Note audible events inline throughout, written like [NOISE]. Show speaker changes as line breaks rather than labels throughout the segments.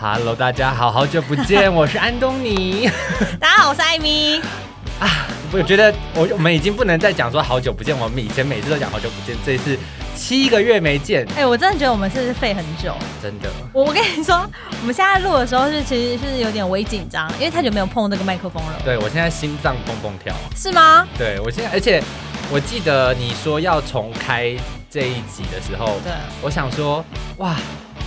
Hello，大家好，好久不见，我是安东尼。
大家好，我是艾米。
[LAUGHS] 我觉得我我们已经不能再讲说好久不见，我们以前每次都讲好久不见，这一次七个月没见，
哎、我真的觉得我们是废很久。
真的。
我我跟你说，我们现在录的时候是其实是有点微紧张，因为太久没有碰这个麦克风了，
对我现在心脏蹦蹦跳，
是吗？
对我现在，而且我记得你说要重开这一集的时候，
对，
我想说哇，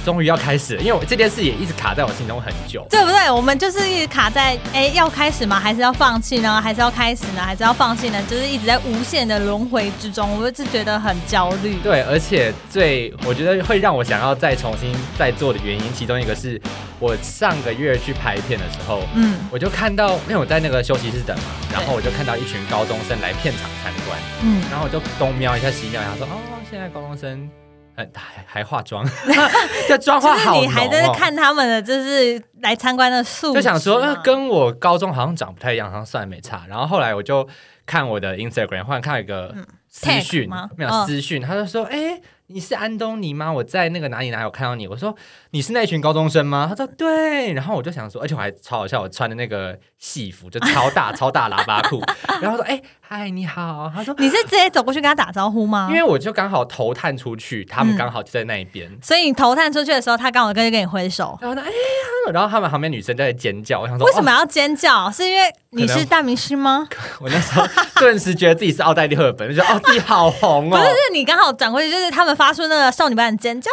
终于要开始了，因为我这件事也一直卡在我心中很久。
对不对？我们就是一直卡在哎、要开始吗？还是要放弃呢？还是要开始呢？还是要放弃呢？就是一直在无限的轮回之中，我就是觉得很焦虑。
对，而且最我觉得会让我想要再重新再做的原因，其中一个是我上个月去拍片的时候，
嗯
我就看到，因为我在那个休息室等嘛，然后
对
我就看到一群高中生来片场参观，
嗯，
然后我就东瞄一下西瞄一下，说哦，现在高中生呃还还化
[LAUGHS]
妆， [LAUGHS] 这妆
就
化
是
好浓、哦、
你还在看他们的，就是来参观的素质嘛，
就想说，呃，跟我高中好像长不太一样，好像算没差。然后后来我就看我的 Instagram，忽然看到一个
嗯
私
tag
讯
吗，
没有
嗯
私讯，他就说，哎、你是安东尼吗？我在那个哪里哪里有看到你。我说你是那群高中生吗？他说对。然后我就想说，而且我还超好笑，我穿的那个戏服就超
[LAUGHS]
大超大喇叭裤。然后说，哎、嗨，你好。他说，
你是直接走过去跟他打招呼吗？
因为我就刚好头探出去，他们
嗯
刚好就在那一边。
所以你头探出去的时候，他刚好跟跟你挥手。
然后呢，哎、hello 然后他们旁边女生在尖叫，我想说，
为什
哦
么要尖叫？是因为你是大明星吗？
我那
[LAUGHS]
时候顿时觉得自己是奥黛丽·赫本，就觉得哦自己好红
不
哦
是，就。是你刚好转过去，就是他们发出那个少女般的
[LAUGHS]
尖叫。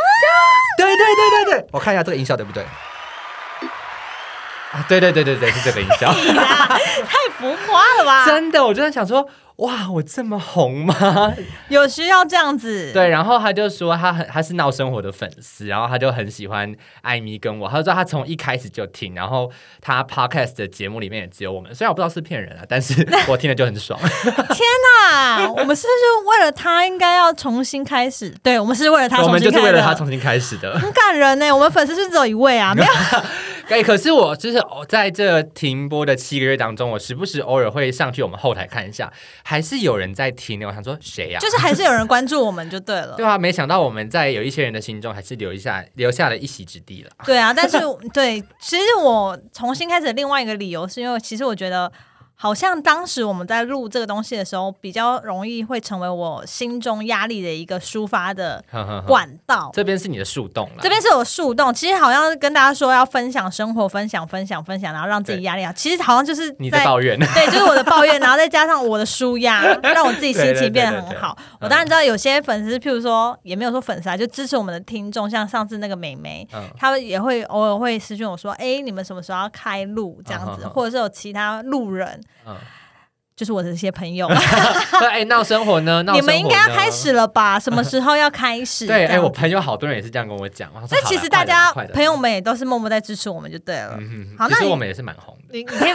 对对对对对，我看一下这个音效对不对？啊，对对对对对，是这个音
[LAUGHS]
效。
屁啦哎太浮夸了
[LAUGHS]
吧？
真的，我就在想说，哇，我这么红
[LAUGHS]
吗？
有需要这样子？，
对，然后他就说他很他是闹生活的粉丝，然后他就很喜欢艾米跟我，他说他从一开始就听，然后他 podcast 的节目里面也只有我们，虽然我不知道是骗人啊，但是 [LAUGHS] 我听了就很爽。
那我们是不是为了他应该要重新开始？对，我们是为了他
[LAUGHS] 我
重
们
新
就是
开
为
的
了他重新开始的。
很感人呢、欸我们粉丝是只有一位啊，没
[LAUGHS]
有。
哎、可是我就是哦在这停播的七个月当中，我时不时偶尔会上去我们后台看一下，还是有人在听呢。我想说谁呀、
就是还是有人关注我们就对了
对。啊，没想到我们在有一些人的心中还是留一下留下了一席之地了。
[LAUGHS] 对啊，但是对，其实我重新开始的另外一个理由是因为，其实我觉得好像当时我们在录这个东西的时候，比较容易会成为我心中压力的一个抒发的
呵呵呵
管道。
这边是你的树洞了，
这边是有树洞，其实好像跟大家说要分享生活，分享分享分享，然后让自己压力好。啊其实好像就是
你的
在
抱怨
[LAUGHS] 对，就是我的抱怨，然后再加上我的舒 [LAUGHS] 压，让我自己心情变
对对对
得
对
很
对
好。
嗯
我当然知道有些粉丝，譬如说也没有说粉丝啊，就支持我们的听众，像上次那个美眉，
[LAUGHS] 嗯
他们也会偶尔会私讯我说：“哎、你们什么时候要开录？”这样
嗯
子，
嗯嗯
或者是有其他路人，
嗯，
就是我的这些朋友，
说哎 [LAUGHS] 闹生活呢，闹
[LAUGHS] 你
生活呢
们应该要开。始了吧？什么时候要开始？
对，
这
哎、
样
我朋友好多人也是这样跟我讲。我说
所以其实大家朋，
好
友
啦
们也都是默默在支持我们就对了
快。点啦快点啦嗯哼
好
其
那
实
你
我们也是蛮红的。
你你可以，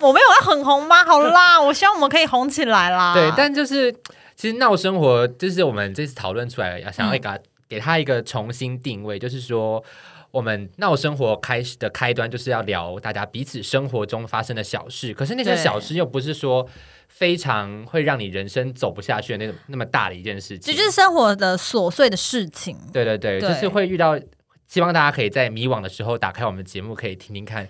我没有要很红吗？好啦，我希望我们可以红起来啦。
对，但就是其实闹生活，就是我们这次讨论出来，想要
嗯
给他、给他一个重新定位，就是说。我们闹生活开始的开端就是要聊大家彼此生活中发生的小事，可是那些
对
小事又不是说非常会让你人生走不下去的那种那么大的一件事
这
情。
就是生活的琐碎的事情。
对对对，
对
就是会遇到，希望大家可以在迷惘的时候打开我们的节目，可以听听看。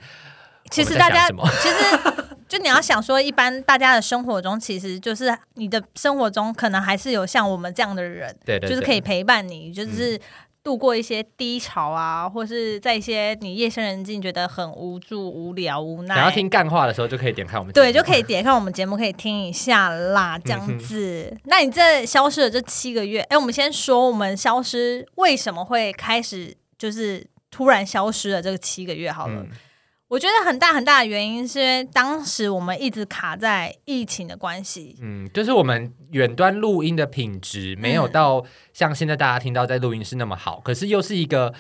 其实
我们在
大
想
家
什么
其实就你要想说，一般大家的生活中，其实就是你的生活中可能还是有像我们这样的人，
对对对，嗯
就是可以陪伴你，就是度过一些低潮啊，或是在一些你夜深人静觉得很无助、无聊、无奈，
想要听干话的时候就可以点开我们节目。
对，就可以点开我们节目，可以听一下
[LAUGHS]
啦，这样子。那你这消失的这七个月，哎，我们先说我们消失为什么会开始，就是突然消失的这个七个月好了。
嗯
我觉得很大很大的原因是因为当时我们一直卡在疫情的关系，
嗯，就是我们远端录音的品质没
嗯
有到像现在大家听到在录音室那么好，可是又是一个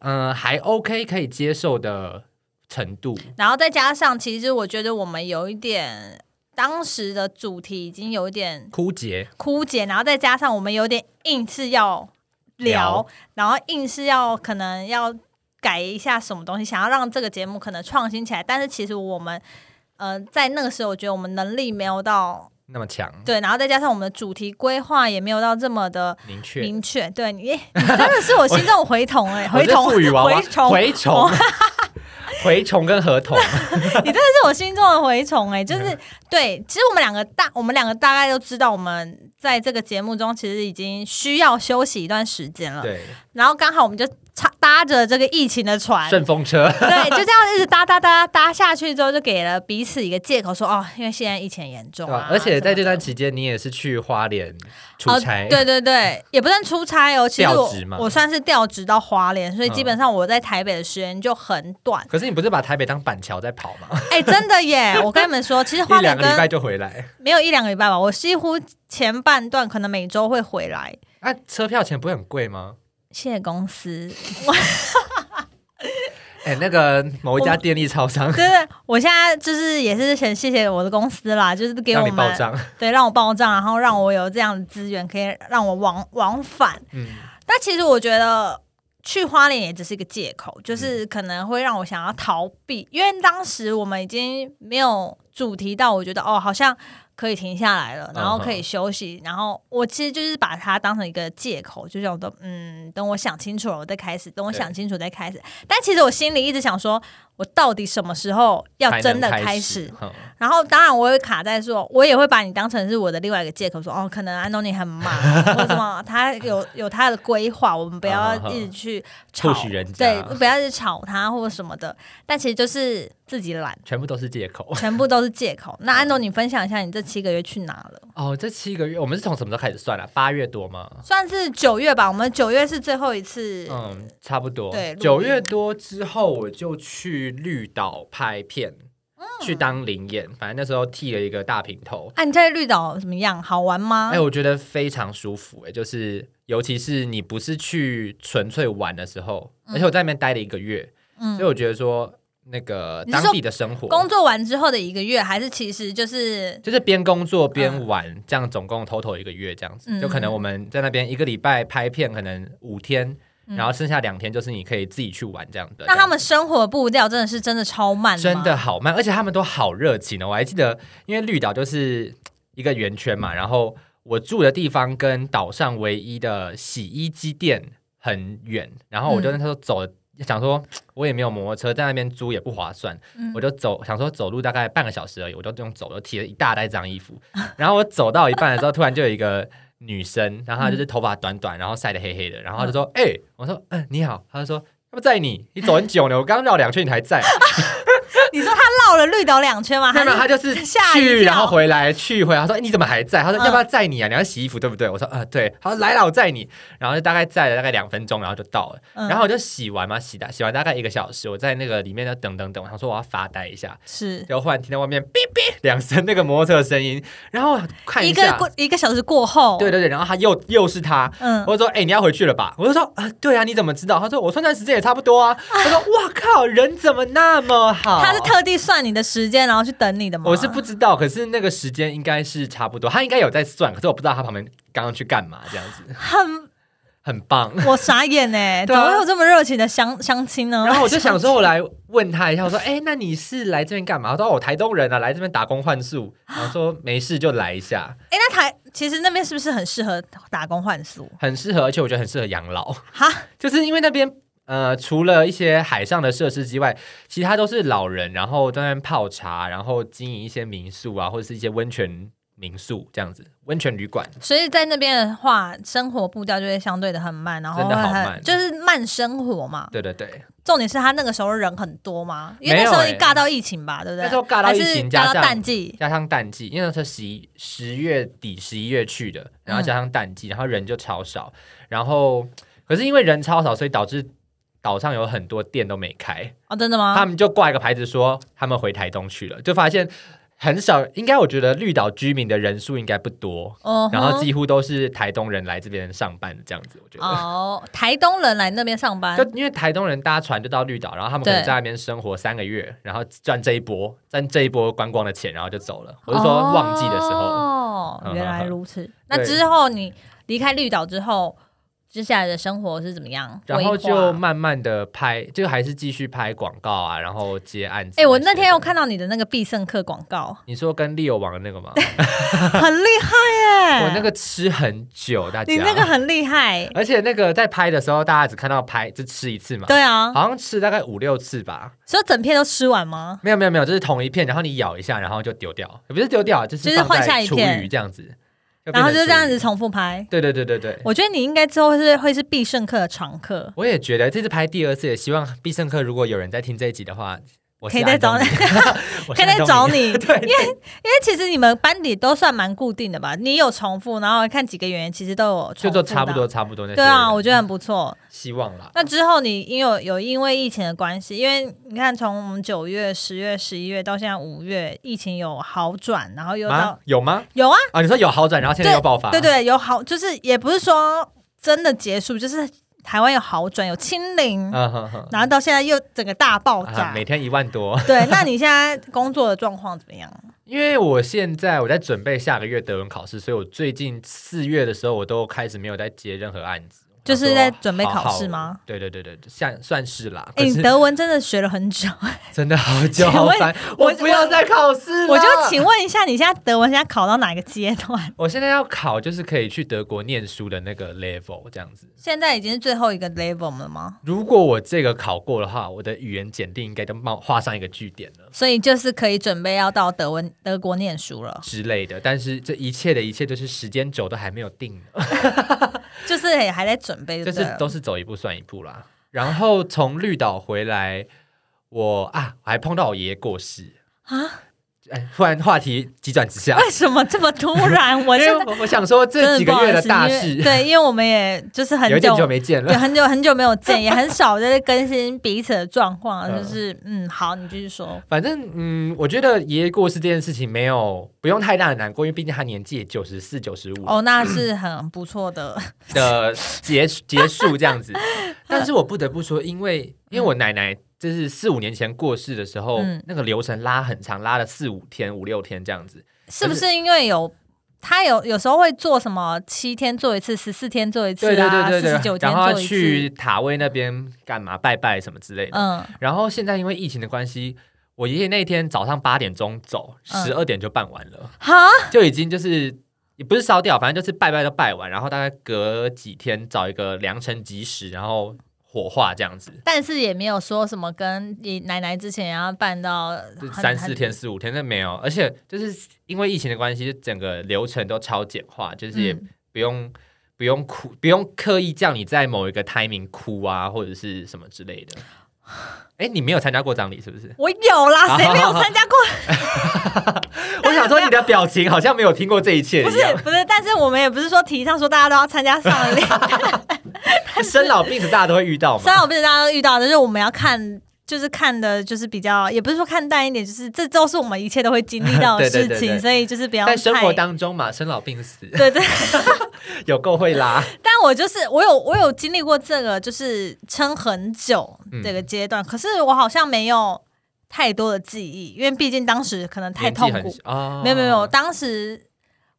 嗯、呃还 OK 可以接受的程度。
然后再加上其实我觉得我们有一点当时的主题已经有一点
枯竭，
枯竭，然后再加上我们有点硬是要聊
聊，
然后硬是要可能要改一下什么东西，想要让这个节目可能创新起来。但是其实我们呃在那个时候，我觉得我们能力没有到
那么强，
对，然后再加上我们的主题规划也没有到这么的
明确。[LAUGHS]
明确。对你，你真的是我心中的回筒哎、
我
回
是
[LAUGHS] 筒
赋予娃娃
回虫哦
蛔虫，蛔虫跟合
[LAUGHS]
同，
你真的是我心中的蛔虫哎，就是
嗯
对。其实我们两个大，我们两个大概都知道，我们在这个节目中其实已经需要休息一段时间了。
对，
然后刚好我们就插搭着这个疫情的船，
顺风车，
对，就这样一直搭搭搭搭下去之后，就给了彼此一个借口说，哦，因为现在疫情严重、
对
啊
吧？而且在这
什么
段
的
期间，你也是去花莲出差，
哦，对对对，也不算出差哦，其实
调
我
职嘛
我算是调职到花莲，所以
嗯
基本上我在台北的时间就很短。
可是你不是把台北当板桥在跑吗？
哎、真的耶！我跟你们说，其实花
[LAUGHS] 一两
莲
个礼拜
跟
就回来，
没有一两个礼拜吧，我几乎前半段可能每周会回来，
那、啊车票钱不会很贵吗？
谢谢公司。
哎、那个某一家电力超商
就是我现在就是也是很谢谢我的公司啦，就是给我
让你报
们
账，
[LAUGHS] 对，让我报账，然后让我有这样的资源，可以让我往往返。
嗯，
但其实我觉得去花莲也只是一个借口，
嗯
就是可能会让我想要逃避，因为当时我们已经没有主题到，我觉得哦，好像可以停下来
嗯
了，然后可以休息。然后我其实就是把它当成一个借口，就想说，嗯，等我想清楚了，我再开始；等我想清楚再开始。但其实我心里一直想说，我到底什么时候要
才能
真的
开
开始？
嗯
然后当然我会卡在说，我也会把你当成是我的另外一个借口说，哦，可能安东尼很忙，啊
[LAUGHS]
或什么他有有他的规划，我们不
啊
要一直去吵
不许人
对
家，，
不要一直吵他或什么的。但其实就是自己懒，
全部都是借口。 [LAUGHS]
全部都是借口。那
嗯
安东尼分享一下你这七个月去哪了？
哦，这七个月我们是从什么时候开始算啊？八月多吗？
算是九月吧，我们九月是最后一次。
嗯，差不多。
对录
九月
音
多之后我就去绿岛拍片，
嗯
去当灵演，反正那时候剃了一个大平头。
啊，你在绿岛怎么样？好玩吗？
哎、我觉得非常舒服哎、就是尤其是你不是去纯粹玩的时候，而且我在那边待了一个月，所以
嗯，
我觉得说那个
你是
当
说
地的生活，
工作完之后的一个月，还是其实就是
就是边工作边玩，这样总共 total 一个月这样子，
嗯
就可能我们在那边一个礼拜拍片，可能五天，
嗯
然后剩下两天就是你可以自己去玩这样的。
那他们生活步调真的是真的超慢吗，
真的好慢，而且他们都好热情哦！我还记得，因为绿岛就是一个圆圈
嗯
嘛，然后我住的地方跟岛上唯一的洗衣机店很远，然后我就
嗯
那时候走。想说，我也没有摩托车，在那边租也不划算，
嗯
我就走，想说走路大概半个小时而已，我就用走，我提了一大袋脏衣服， [LAUGHS] 然后我走到一半的时候，突然就有一个女生，然后她
嗯
就是头发短短，然后晒得黑黑的，然后她就说：“哎、我说嗯你好。”她就说：“要不载你，你走很久呢，我刚绕两圈你还在。”
[LAUGHS] 你说他绕了绿岛两圈吗？
没有，没有
还
他
是
就是
吓一
去，
跳
然后回来，去回来。他说：“哎、你怎么还在？”他说：“
嗯
要不要载你啊？你要洗衣服对不对？”我说：“啊、对。”他说：“来了，我载你。”然后就大概载了大概两分钟，然后就到了。
嗯
然后我就洗完嘛，洗大洗完大概一个小时，我在那个里面就等等等，我想说我要发呆一下，
是
结果忽然听到外面哔哔两声那个摩托车的声音，然后我看
一个
下，
过一个小时过后，
对，对对，然后他又又是他。
嗯，
我就说：“哎、你要回去了吧？”我就说：“啊、对啊，你怎么知道？”他说：“我算算时间也差不多啊。”他说：“哇靠，人怎么那么好？”
他是特地算你的时间，然后去等你的吗？
我是不知道，可是那个时间应该是差不多，他应该有在算，可是我不知道他旁边刚刚去干嘛，这样子
很，
很棒。
我傻眼哎，
[LAUGHS]
怎
对啊
么会有这么热情的相相亲呢？
然后我就想说，我来问他一下，我说：“哎、那你是来这边干嘛？”他说：“哦我台东人啊，来这边打工换宿。”然后说：“没事就来一下，
[LAUGHS] 哎，那台其实那边是不是很适合打工换宿？
很适合，而且我觉得很适合养老，
哈，
[LAUGHS] 就是因为那边呃，除了一些海上的设施之外，其他都是老人，然后在那边泡茶，然后经营一些民宿啊，或者是一些温泉民宿这样子，温泉旅馆。
所以在那边的话，生活步调就会相对的很慢，然后
真的
会
好
很
慢
就是慢生活嘛。
对对对。”
重点是他那个时候人很多嘛，因为
没
那
有
时候
欸
一尬到疫情吧，对不对？
那时候尬到疫情
还是
加
尬到
上
淡季，
加上淡季，因为那时候十一十月底、十一月去的，然后加上淡
嗯
季，然后人就超少，然后可是因为人超少，所以导致岛上有很多店都没开，
哦，真的吗？
他们就挂一个牌子说他们回台东去了，就发现很少，应该我觉得绿岛居民的人数应该不多。
哦
然后
哼
几乎都是台东人来这边上班这样子，我觉得。
哦，台东人来那边上班
就，因为台东人搭船就到绿岛，然后他们可能
对
在那边生活三个月，然后赚这一波赚这一波观光的钱，然后就走了。我是说旺季的时候，
哦
嗯，
原来
嗯嗯
如此。那
对
之后你离开绿岛之后，接下来的生活是怎么样？
然后
规
就
划
慢慢的拍，就还是继续拍广告啊，然后接案子。
哎、我那天又看到你的那个必胜客广
[LAUGHS]
告，
你说跟利友网的那
[LAUGHS]
个吗？
很厉害耶！
我那个吃很久，大家。
你那个，很厉害，
[LAUGHS] 而且那个在拍的时候，大家只看到拍，只吃一次嘛。
对啊，
好像吃大概五六次吧，
所以整片都吃完吗？
没有没有没有，就是同一片，然后你咬一下，然后就丢掉，也不是丢掉，就是
就是
放
换
在
下一
厨
片
余这样子，
然后就
变成
这样
厨余
子。重复拍。
对对对对对，
我觉得你应该之后是会是必胜客的常客，
我也觉得这次拍第二次，也希望必胜客如果有人在听这一集的话，我是
可以再
安东
找
尼 [LAUGHS] 我是
可以
安
再
东
找
尼。 [LAUGHS]
[LAUGHS] 你，因为
对
因为其实你们班底都算蛮固定的吧，你有重复，然后看几个演员其实都有
就
重复的
做
啊
差不多。差不多那些
对
人。
啊，我觉得很不错。
希望啦。
那之后你因为有有因为疫情的关系，因为你看从我们九月、十月、十一月到现在五月，疫情有好转，然后又到
吗？有吗？
有啊，
啊，你说有好转，然后现在又爆发，
对，对，有好，就是也不是说真的结束，就是台湾有好转，有清零，
嗯哼哼，
然后到现在又整个大爆
啊
炸。
[LAUGHS] 每天一万多。
对，那你现在工作的状况怎么样？
因为我现在我在准备下个月德文考试，所以我最近四月的时候我都开始没有在接任何案子，
就是在准备
我想说
考试吗
好好对对对对，像算是啦。
哎、
可
你
是
德文真的学了很久，
真的好久
请问
好烦，
我
我不要再考试了。
我就请问一下，你现在德文现在考到哪个阶段？
我现在要考，就是可以去德国念书的那个 level 这样子。
现在已经是最后一个 level 了吗？
如果我这个考过的话，我的语言检定应该就冒画上一个句点了。
所以就是可以准备要到德文德国念书了，
之类的，但是这一切的一切就是时间轴都还没有定呢，
就是也还在准备
就
对，
是都是走一步算一步啦。然后从绿岛回来，我啊我还碰到我爷爷过世
啊？
哎，突然话题急转直下，
为什么这么突然？我
因
现
为
在
我我想说这几个月的大
真
事 [LAUGHS]
不好意思因为，对，因为我们也就是很
有一点
久
久没见
对
了。
很久很久没有见，也很少在更新彼此的状况，
嗯
就是嗯，好，你继续说，
反正嗯，我觉得爷爷过世这件事情没有不用太大的难过，因为毕竟他年纪也九十四、九十五
哦，那是很不错的，
[LAUGHS] 的结结束这样子。但是我不得不说，因为因为我奶奶就是四五年前过世的时候，
嗯
那个流程拉很长，拉了四五天、五六天这样子。
是不是因为有？他有有时候会做什么七天做一次，十四天做一次
对对
啊，
对
四十
对
九
对，
天
然后
做
要
一次
去。塔位那边干嘛拜拜什么之类的。
嗯，
然后现在因为疫情的关系。我爷爷那天早上八点钟走，
嗯
十二点就办完了， [LAUGHS]
哈，
就已经就是也不是烧掉，反正就是拜拜都拜完，然后大概隔几天找一个良辰吉时，然后火化这样子。
但是也没有说什么跟你奶奶之前要办到
就
很
三四，天、
很
四五天，那没有，而且就是因为疫情的关系，就整个流程都超简化，就是也
嗯
不用、不用哭，不用刻意叫你在某一个 timing 哭啊，或者是什么之类的。哎，你没有参加过葬礼是不 [LAUGHS] 是？
我有
啊
啦，谁没有参加过？
我想说你的表情好像没有听过这一切
不
一
是
样。
不是，但是我们也不是说提倡说大家都要
[LAUGHS]
参加丧礼，
生老病死大家都会遇到
虽然
嘛。
我不知道大家都遇到，但是我们要看，就是看的，就是比较，也不是说看淡一点，就是这都是我们一切都会经历到的
[LAUGHS] 对对
事
对
情，
对
所以就是不要
在生活
太
当中嘛，生老病死
对对，
有够会拉，
但我就是我有我有经历过这个，就是撑很久
嗯
这个阶段，可是我好像没有太多的记忆，因为毕竟当时可能太
年纪
痛
很
苦
小，啊
没有没有没有，当时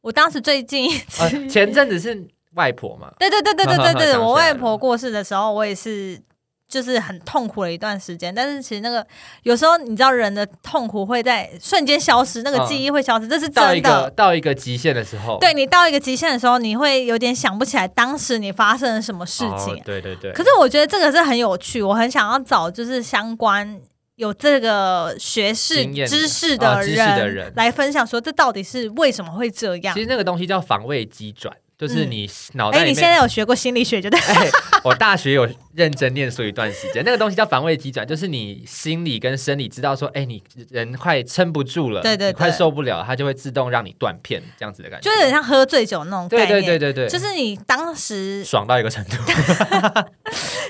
我当时最近一次
啊前阵子是外婆嘛，
对对对对对对
想起
对，
来了
我外婆过世的时候，我也是就是很痛苦了一段时间。但是其实那个有时候你知道人的痛苦会在瞬间消失，那个
嗯
记忆会消失，这是
到一
真
个
的。
到一个极限的时候，
对你到一个极限的时候，你会有点想不起来当时你发生了什么事
哦
情。
对对对。
可是我觉得这个是很有趣，我很想要找就是相关。有这个学识
经验的
知识
啊
的
知识
人,、
的人
来分享，说这到底是为什么会这样
其？实那个东西叫防卫机转，就是你脑
哎、
袋里
你
面。
现在有学过心理学，就 [LAUGHS] 对，
哎，我大学有认真念书一段时间，那个东西叫防卫机转，就是你心理跟生理知道说，哎，你人快撑不住了，
对对对
你快受不了，它就会自动让你断片，这样子的感觉，
就是很像喝醉酒那种概
对
念。
对对对对，
就是你当时
爽到一个程度，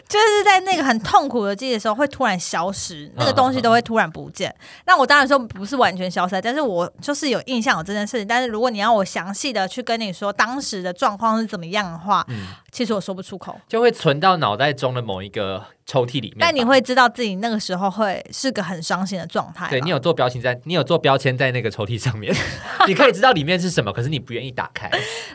就是在那个很痛苦的记忆的时候，会突然消失，那个东西都会突然不见。那我当然说不是完全消失，但是我就是有印象有这件事情。但是如果你要我详细的去跟你说当时的状况是怎么样的话，
嗯
其实我说不出口，
就会存到脑袋中的某一个抽屉里面吧。
但你会知道自己那个时候会是个很伤心的状态吧。
对你有做标签在，你有做标签在那个抽屉上
[LAUGHS]
面，你可以知道里面是什么，可是你不愿意打开。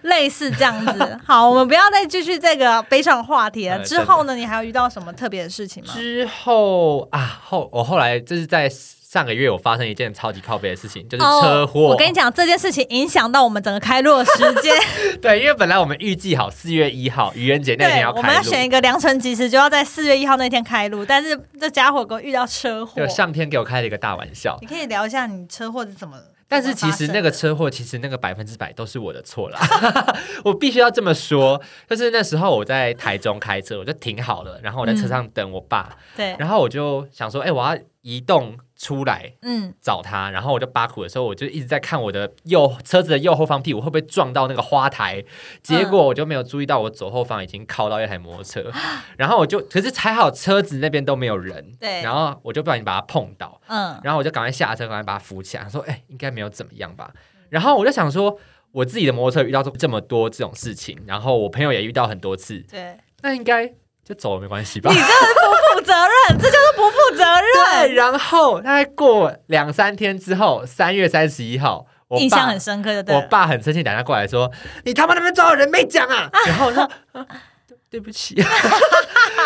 类似这样子。 [LAUGHS] 好，我们不要再继续这个悲伤话题了。
嗯
之后呢，你还有遇到什么特别的事情吗？
之后啊，后我后来这是在上个月有发生一件超级靠背的事情，就是
哦
车祸。
我跟你讲，这件事情影响到我们整个开录的时间。
对，因为本来我们预计好四月一号愚人节 [LAUGHS] 那天
对，
要
我们
开
要
录，
选一个良辰吉时，就要在四月一号那天开录。但是这家伙给我遇到车祸
就，上天给我开了一个大玩笑。
你可以聊一下你车祸是怎么？
但是
怎
其
么发
实
生的
那个车祸，其实那个百分之百都是我的错啦， [LAUGHS] 我必须要这么说。就是那时候我在台中开车，我就停好了，然后我在车上等我爸，
对，
然后我就想说，哎、我要移动出来
嗯，
找他，然后我就扒苦的时候，我就一直在看我的右车子的右后方屁股会不会撞到那个花台，结果我就没有注意到我左后方已经靠到一台摩托车， [GASPS] 然后我就可是还好车子那边都没有人，
对
然后我就不小心把它碰倒，
嗯，
然后我就赶快下车，赶快把它扶起来，说：“哎、应该没有怎么样吧？”然后我就想说，我自己的摩托车遇到这么多这种事情，然后我朋友也遇到很多次， [LAUGHS]
对，
那应该就走了没关系吧
你？这是不负责任，这就是不负责
[LAUGHS] 对。
任。
然后大概过两三天之后，三月三十一号，我
印象
爸
很深刻，就对
我
了。
爸很生气，打电话过来说：“你他妈那边找人没讲啊！”然后我说、啊对：“对不起。” [LAUGHS]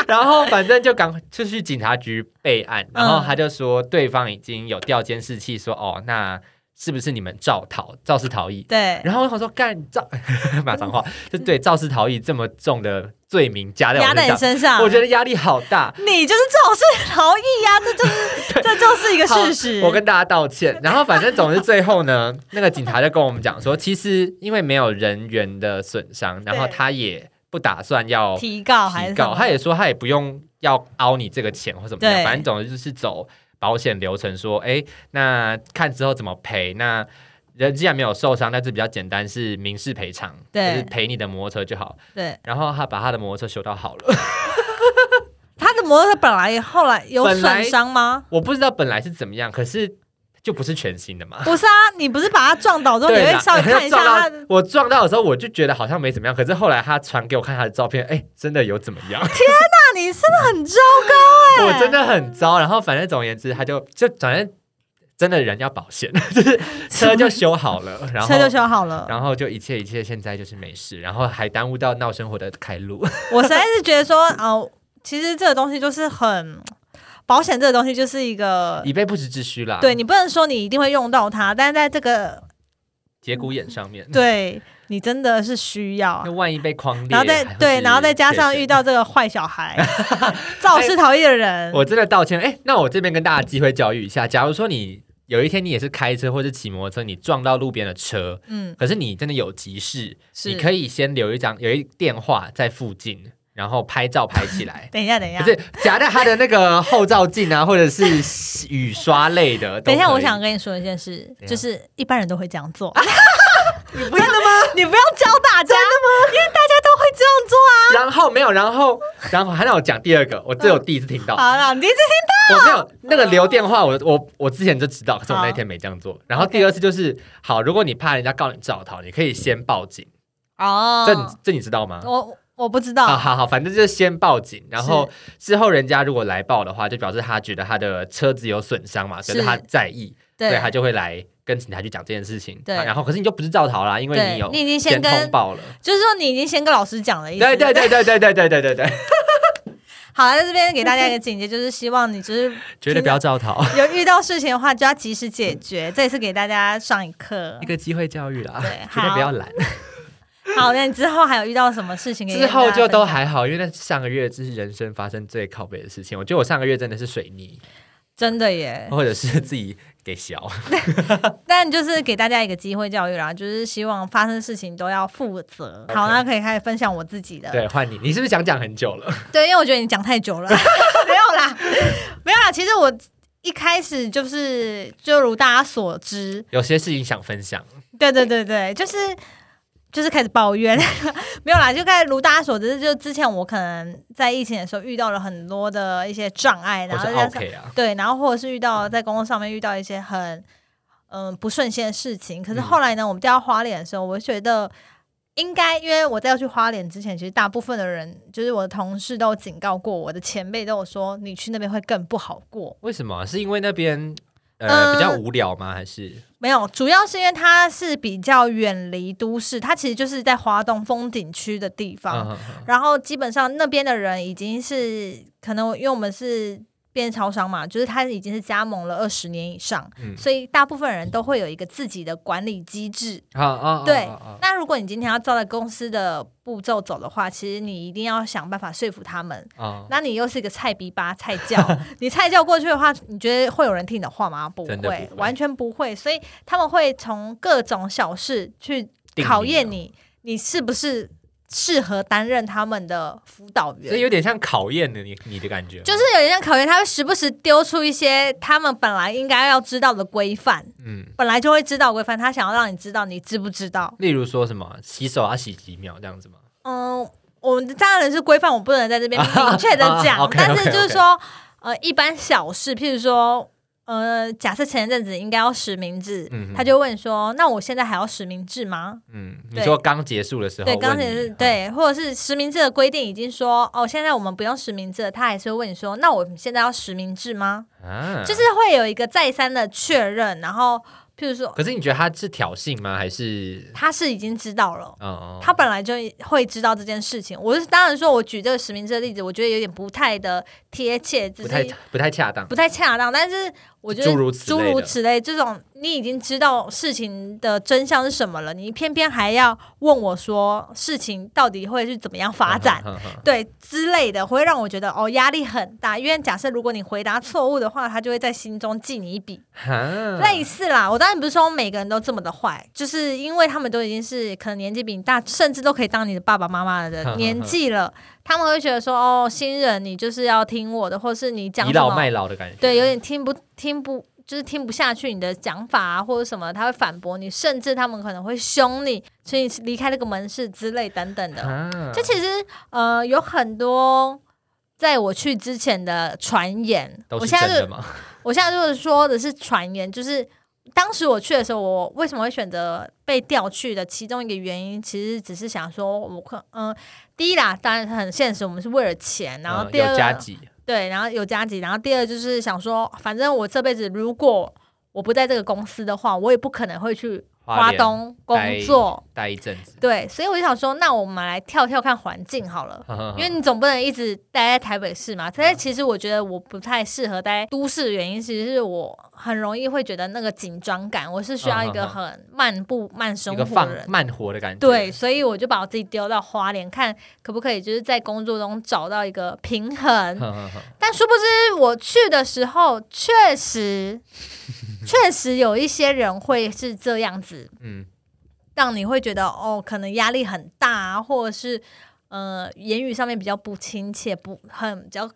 然后反正就赶快就去警察局备案，然后他就说对方已经有调监视器说，哦，那是不是你们肇逃、肇事逃逸？
对，
然后我想说干肇 [LAUGHS] 骂脏话，就对肇事逃逸这么重的罪名加在我
压在你
身上，
身上，
我觉得压力好大。
你就是肇事逃逸呀、这就是
[LAUGHS]
这就是一个事实。
好我跟大家道歉。然后反正总之最后
[LAUGHS]
呢，那个警察就跟我们讲说，其实因为没有人员的损伤，然后
对
他也不打算要提
提告还是什
告，
么
他也说他也不用要凹你这个钱或怎么样，
对
反正总之就是走保险流程说，哎，那看之后怎么赔那。人既然没有受伤，但是比较简单是民事赔偿，就
对
是赔你的摩托车就好。
对
然后他把他的摩托车修到好了，
他的摩托车本来也后来有
本来
损伤吗？
我不知道本来是怎么样，可是就不是全新的嘛。
不是啊，你不是把他撞倒之后，你
对啦
会稍微看一下
撞
他
到我撞到的时候，我就觉得好像没怎么样，可是后来他传给我看他的照片，哎、真的有怎么样？
那你真的很糟糕哎、
[LAUGHS] 我真的很糟。然后反正总而言之，他就就反正真的人要保险， [LAUGHS] 就是车就修好了，
[LAUGHS]
然后
车就修好了。
然后就一切一切现在就是没事，然后还耽误到闹生活的开
[LAUGHS]
路。
我实在是觉得说， [LAUGHS] 哦，其实这个东西就是很保险，这个东西就是一个，
以备不时之需啦。
对，你不能说你一定会用到它，但是在这个
节骨眼上面，，
对你真的是需要啊
那。万一被框裂，
然后再
还是
对，然后再加上
确诊
遇。到这个坏小孩、 [LAUGHS] 肇事逃逸的人，
[LAUGHS] 我真的道歉。哎、那我这边跟大家机会教育一下，假如说你有一天你也是开车或者骑摩托车，你撞到路边的车，
嗯，
可是你真的有急事，
是
你可以先留一张有一电话在附近，然后拍照拍起来。
等一下，等一下
可，是夹在他的那个后照镜啊，或者是雨刷类的。都
等一下，
可以
我想跟你说一件事
怎，样
就是一般人都会这样
[LAUGHS]
做。你不要的吗？你不要教大家因为大家都会这样做啊。
然后没有，然后然后还让我讲第二个，我这我第一次听到，
好了，你一直
我没有那个留电话，我我我之前就知道，可是我那天没这样做。然后第二次就是，好，如果你怕人家告你肇逃，你可以先报警。
哦
这你这你知道吗？
我我不知
好
道，
啊好好，反正就是先报警，然后之后人家如果来报的话，就表示他觉得他的车子有损伤嘛，可是
是
他在意，
对，
他就会来跟警察去讲这件事情。
对
啊然后可是你就不是造逃啦，因为
对
你有
你已经先跟
通报了。
就是说你已经先跟老师讲了一，
对对。对对对对对对对
[LAUGHS]
对，
好了，在这边给大家一个警戒，就是希望你就是
绝对不要造逃，
有遇到事情的话，就要及时解决。这也是给大家上一课
一。个机会教育啦
对，
绝对
好
不要懒。
[LAUGHS] 好，那你之后还有遇到什么事情可以
之
跟大家
后
分享？
就都还好，因为那是上个月这是人生发生最靠北的事情。我觉得我上个月真的是水泥，
真的耶。
或者是自己给小。
但就是给大家一个机会教育啦，就是希望发生事情都要负责。好，
OK
那可以开始分享我自己的。
对，换你，你是不是想讲很久了？
对，因为我觉得你讲太久了， [LAUGHS] 没有啦， [LAUGHS] 没有啦。其实我一开始就是，就如大家所知，
有些事情想分享，
对对对对，就是就是开始抱怨， [LAUGHS] 没有啦，就开始如大家所知，就之前我可能在疫情的时候遇到了很多的一些障碍，
我
然后
是
再加上
OK 啊。
对，然后或者是遇到在工作上面遇到一些很嗯、不顺心的事情，可是后来呢，我们调到花莲的时候，我就觉得应该，因为我在要去花莲之前，其实大部分的人，就是我的同事都有警告过我，我的前辈都有说，你去那边会更不好过。
为什么？是因为那边呃
呃
比较无聊吗？还是
没有，主要是因为它是比较远离都市，它其实就是在华东风景区的地方。
嗯
然后基本上那边的人已经是可能，因为我们是便利超商嘛，就是他已经是加盟了二十年以上，
嗯
所以大部分人都会有一个自己的管理机制。
啊啊啊
对
啊啊
那如果你今天要照着公司的步骤走的话，其实你一定要想办法说服他们。
啊！
那你又是一个菜逼吧菜
[LAUGHS]
教，你菜教过去的话，你觉得会有人听你的话吗？不会，
真的不会
完全不会。所以他们会从各种小事去
定
考
你
验
啊
你，你是不是适合担任他们的辅导员
所以。有点像考验的你你的感觉，
就是有人考验，他会时不时丢出一些他们本来应该要知道的规范，
嗯，
本来就会知道的规范，他想要让你知道，你知不知道？
例如说什么洗手要洗几秒这样子吗？
嗯，我们当然是规范，我不能在这边明
[LAUGHS]
确的
啊
讲，
，OK，OK，OK
但是就是说，呃，一般小事，譬如说，呃，假设前一阵子应该要实名制，
嗯哼
他就问说，那我现在还要实名制吗？
嗯，你
对
说刚结束的时候问
对，
你，
刚才是
嗯，
对，或者是实名制的规定已经说，哦，现在我们不用实名制了，他还是会问你说，那我们现在要实名制吗？
啊，
就是会有一个再三的确认，然后譬如说，
可是你觉得他是挑衅吗？还是
他是已经知道了。
嗯嗯，
他本来就会知道这件事情。我是当然说，我举这个实名制的例子，我觉得有点不太的贴切，只
不太
是
不太恰当
不太恰当。但是我觉得
诸如此类的
如此类这种，你已经知道事情的真相是什么了，你偏偏还要问我说事情到底会是怎么样发展，
嗯嗯嗯
对之类的，会让我觉得哦压力很大。因为假设如果你回答错误的话，他就会在心中记你一笔。
嗯哈
类似啦，我当然不是说每个人都这么的坏，就是因为他们都已经是可能年纪比你大，甚至都可以当你的爸爸妈妈的年纪了，他们会觉得说哦，新人你就是要听我的，或是你讲
倚
什
老卖
么，
老的感觉，
对，有点听不听不。就是听不下去你的讲法啊，或者什么，他会反驳你，甚至他们可能会凶你，所以离开这个门市之类等等的。
啊，
这其实呃有很多，在我去之前的传言，
都
我
是
现在
真
就
的吗？
我现在就是说的是传言，就是当时我去的时候，我为什么会选择被调去的？其中一个原因其实只是想说，我可嗯，第一啦，当然很现实，我们是为了钱，然后
嗯
第二
有
个、
加急，
对，然后有加急，然后第二就是想说，反正我这辈子如果我不在这个公司的话，我也不可能会去
花
华
莲
东工作，
待一阵子，
对，所以我就想说，那我们来跳跳看环境好了。
[LAUGHS] 嗯
因为你总不能一直待在台北市嘛。但是其实我觉得我不太适合待都市，的原因其实是我很容易会觉得那个紧张感，我是需要一
嗯
个
嗯嗯
很漫步、慢生
一个
活
放
的人。
慢活的感觉， [LAUGHS]
对，，所以我就把我自己丢到花莲，看可不可以就是在工作中找到一个平
嗯
衡。但殊不知，我去的时候确实确实有一些人会是这样子，
嗯，
让你会觉得哦，可能压力很大、啊，或者是呃，言语上面比较不亲切，不很比较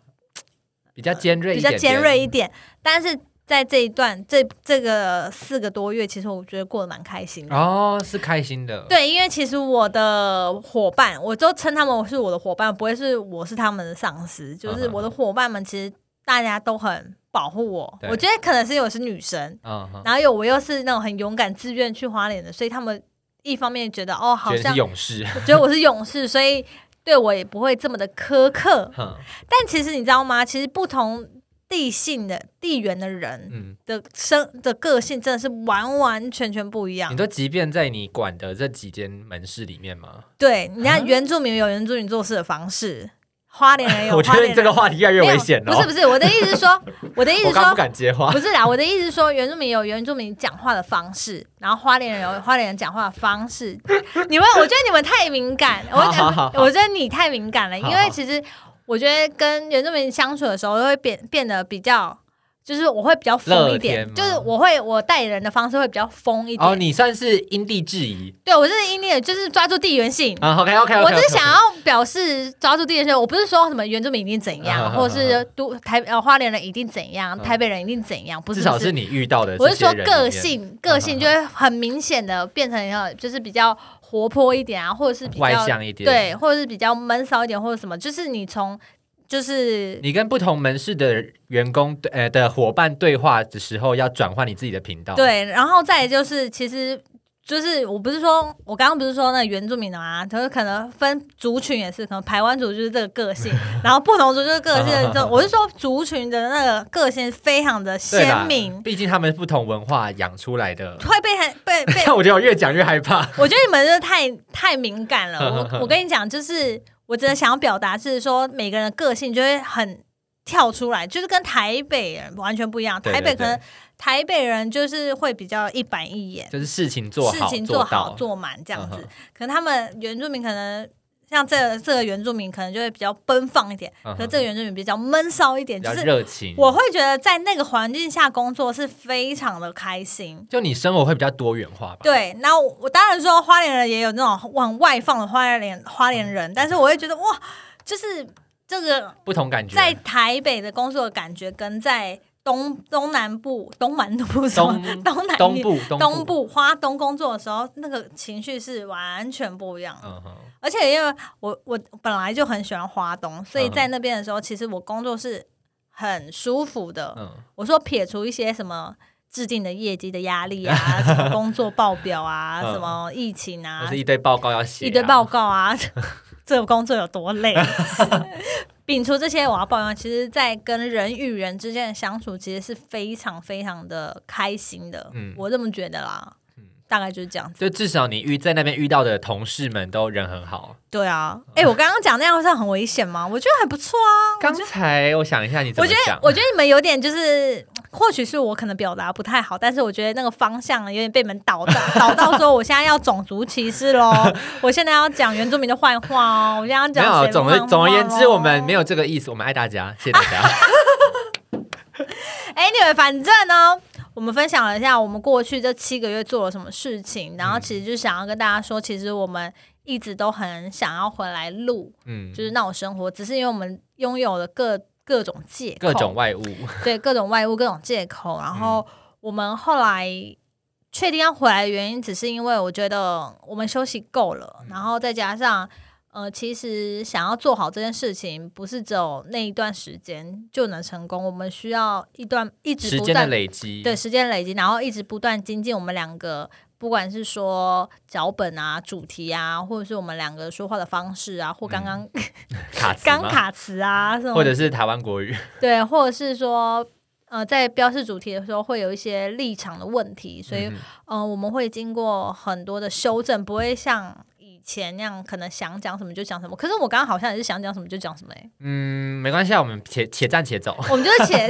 比较尖锐，
比较尖锐，一点。但是在这一段这这个四个多月，其实我觉得过得蛮开心的。
哦，是开心的，
对，因为其实我的伙伴，我都称他们是我的伙伴，不会是我是他们的上司。就是
嗯嗯
我的伙伴们，其实大家都很保护我。
对
我觉得可能是因为我是女生，
嗯， [LAUGHS] 嗯，
然后有我又是那种很勇敢、自愿去花莲的，所以他们一方面觉得哦，好
[LAUGHS] 觉得
像
是勇士，
我觉得我是勇士，所以对我也不会这么的苛刻。
哼
但其实你知道吗？其实不同地性的地缘的人 [LAUGHS]
嗯，
的生的个性真的是完完全全不一样
你。说即便在你管的这几间门市里面吗？
对，你
啊
看原住民有原住民做事的方式，花莲人有
[LAUGHS] 我觉
花
得
莲
你
人
这个话题越来越
没有
危险了，哦
不是不是，我的意思是说，我的意思
[LAUGHS] 我
是
刚刚不
说。
敢接话，
[LAUGHS] 不是啦，我的意思是说，原住民有原住民讲话的方式，然后花莲人有花莲人讲话的方式。 [LAUGHS] 你们，我觉得你们太敏感，我
好好好好
我觉得你太敏感了，因
好
为
好
其实我觉得跟原住民相处的时候会变变得比较，就是我会比较疯一
乐天
点
吗，
就是我会我待人的方式会比较疯一点。
哦，你算是因地制宜
对我就是因地，就是抓住地缘性。
啊，OK OK，
我只是想要表示抓住地缘性，我不是说什么原住民一定怎
啊
样，
哈哈
或是都台呃花莲人一定怎样，
嗯
台北人一定怎样，不是
至少
不是
是你遇到的，
我是说个，性，个性
啊
就会很明显的变成一个就是比较活泼一点啊，或者是比
外
较
向一点，
对，或者是比较闷骚一点，或者什么，就是你从就是
你跟不同门市的员工对呃的伙伴对话的时候，要转换你自己的频道。，
对，然后再来就是其实。就是我不是说，我刚刚不是说那个原住民的嘛，就是可能分族群也是，可能排湾族就是这个个
[LAUGHS]
性，然后布农族就是个性，就我是说族群的那个个性非常的
对啦
鲜明，
毕竟他们不同文化养出来的。，
会被很被
[LAUGHS]
被
但我觉得我越讲越害怕。 [LAUGHS]
我觉得你们真的太太敏感了。我我跟你讲，就是我真的想要表达是说，每个人的个性就会很跳出来，就是跟台北人完全不一样。
对
台
对
北可能台北人就是会比较一板一眼。
就是事情做
事
好，
情做好
到，
做满这样
嗯
子。
哼
可能他们原住民可能像这个这个原住民可能就会比较奔放一点，
嗯哼
可是这个原住民比较闷骚一点，
比
就
较
是
热情。
我会觉得在那个环境下工作是非常的开心。
就你生活会比较多元化吧？，
对，那我我当然说花莲人也有那种往外放的花莲花莲
嗯
人，但是我会觉得哇，就是这个
不同感觉。
在台北的工作的感觉跟在东东南部东南部什么
东
东南
东部，
东
部，
部花东工作的时候，那个情绪是完全不一样的。
嗯哼，
而且因为我我本来就很喜欢花东，所以
嗯
在那边的时候，其实我工作是很舒服的。
嗯，
我说撇除一些什么制定的业绩的压力啊，什么工作报表
[LAUGHS]
啊，
嗯
什么疫情啊
我是，一堆报告要写啊，
一堆报告啊， [LAUGHS] 这个工作有多累。 [LAUGHS] 摒除这些，我要抱怨，其实，在跟人与人之间的相处，其实是非常非常的开心的。
嗯
我这么觉得啦，
嗯
大概就是这样子。
就至少你遇在那边遇到的同事们都人很好。
对啊，
嗯
哎、我刚刚讲那样算很危险吗？我觉得还不错啊。
刚才我想一下，你怎
我
么
觉得
讲，？
我觉得你们有点就是，或许是我可能表达不太好，但是我觉得那个方向有点被你们导到导到说，我现在要种族歧视
[LAUGHS]
喽，我现在要讲原住民的坏话哦，我现在要
没
讲
有，啊
谁的
总
坏话
而总而言之，
咯
我们没有这个意思，我们爱大家，谢谢大家。
Anyway，反正呢，我们分享了一下我们过去这七个月做了什么事情，然后其实就想要跟大家说，其实我们一直都很想要回来录，
嗯，
[LAUGHS] 就是那种生活，只是因为我们拥有了各各种借口
各种外物，
对各种外物、各种借口，
嗯
然后我们后来。确定要回来的原因，只是因为我觉得我们休息够了，
嗯
然后再加上，呃，其实想要做好这件事情，不是只有那一段时间就能成功，我们需要一段一直
时
不
间的
断
累积，
对，时间累积，然后一直不断精进我们两个，不管是说脚本啊、主题啊，或者是我们两个说话的方式啊，或刚 [LAUGHS] 刚、
卡嗯词
刚
吗，
卡词啊什么，
或者是台湾国语，
对，或者是说。呃，在标示主题的时候会有一些立场的问题，所以、
嗯
呃，我们会经过很多的修正，不会像以前那样可能想讲什么就讲什么。可是我刚刚好像也是想讲什么就讲什么、欸，
嗯，没关系，啊，我们且且战且
[LAUGHS]
走。
我们就是写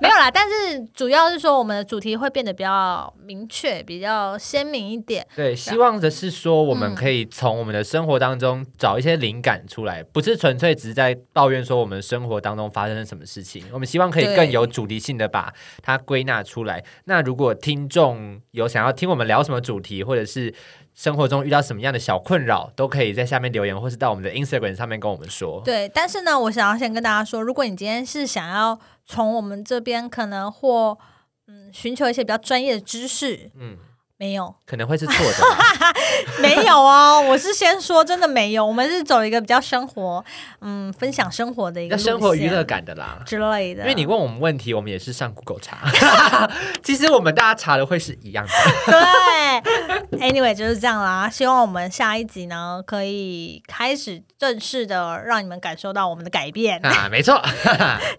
没有啦，但是主要是说我们的主题会变得比较明确、比较鲜明一点。
对，希望的是说，我们
嗯
可以从我们的生活当中找一些灵感出来，不是纯粹只是在抱怨说我们生活当中发生了什么事情。我们希望可以
对
更有主题性的把它归纳出来。那如果听众有想要听我们聊什么主题，或者是生活中遇到什么样的小困扰，都可以在下面留言，或是到我们的 Instagram 上面跟我们说。
对，但是呢，我想要先跟大家说，如果你今天是想要从我们这边可能或嗯寻求一些比较专业的知识，
嗯，
没有，
可能会是错的啦。
没有哦，我是先说真的没有，我们是走一个比较生活，嗯，分享生活的一
要
个
生活
[LAUGHS] 路线
娱乐感的啦。
之类的，
因为你问我们问题，我们也是上 Google 查， [LAUGHS] 其实我们大家查的会是一样的。
对，anyway 就是这样啦。希望我们下一集呢，可以开始正式的让你们感受到我们的改变。
[LAUGHS] 啊，没错，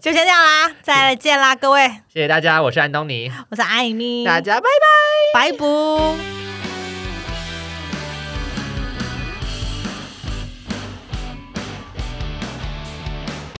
就先这样啦，再见啦，各位，
[LAUGHS] 谢谢大家，我是安东尼，
我是艾米，
大家拜拜。
拜拜。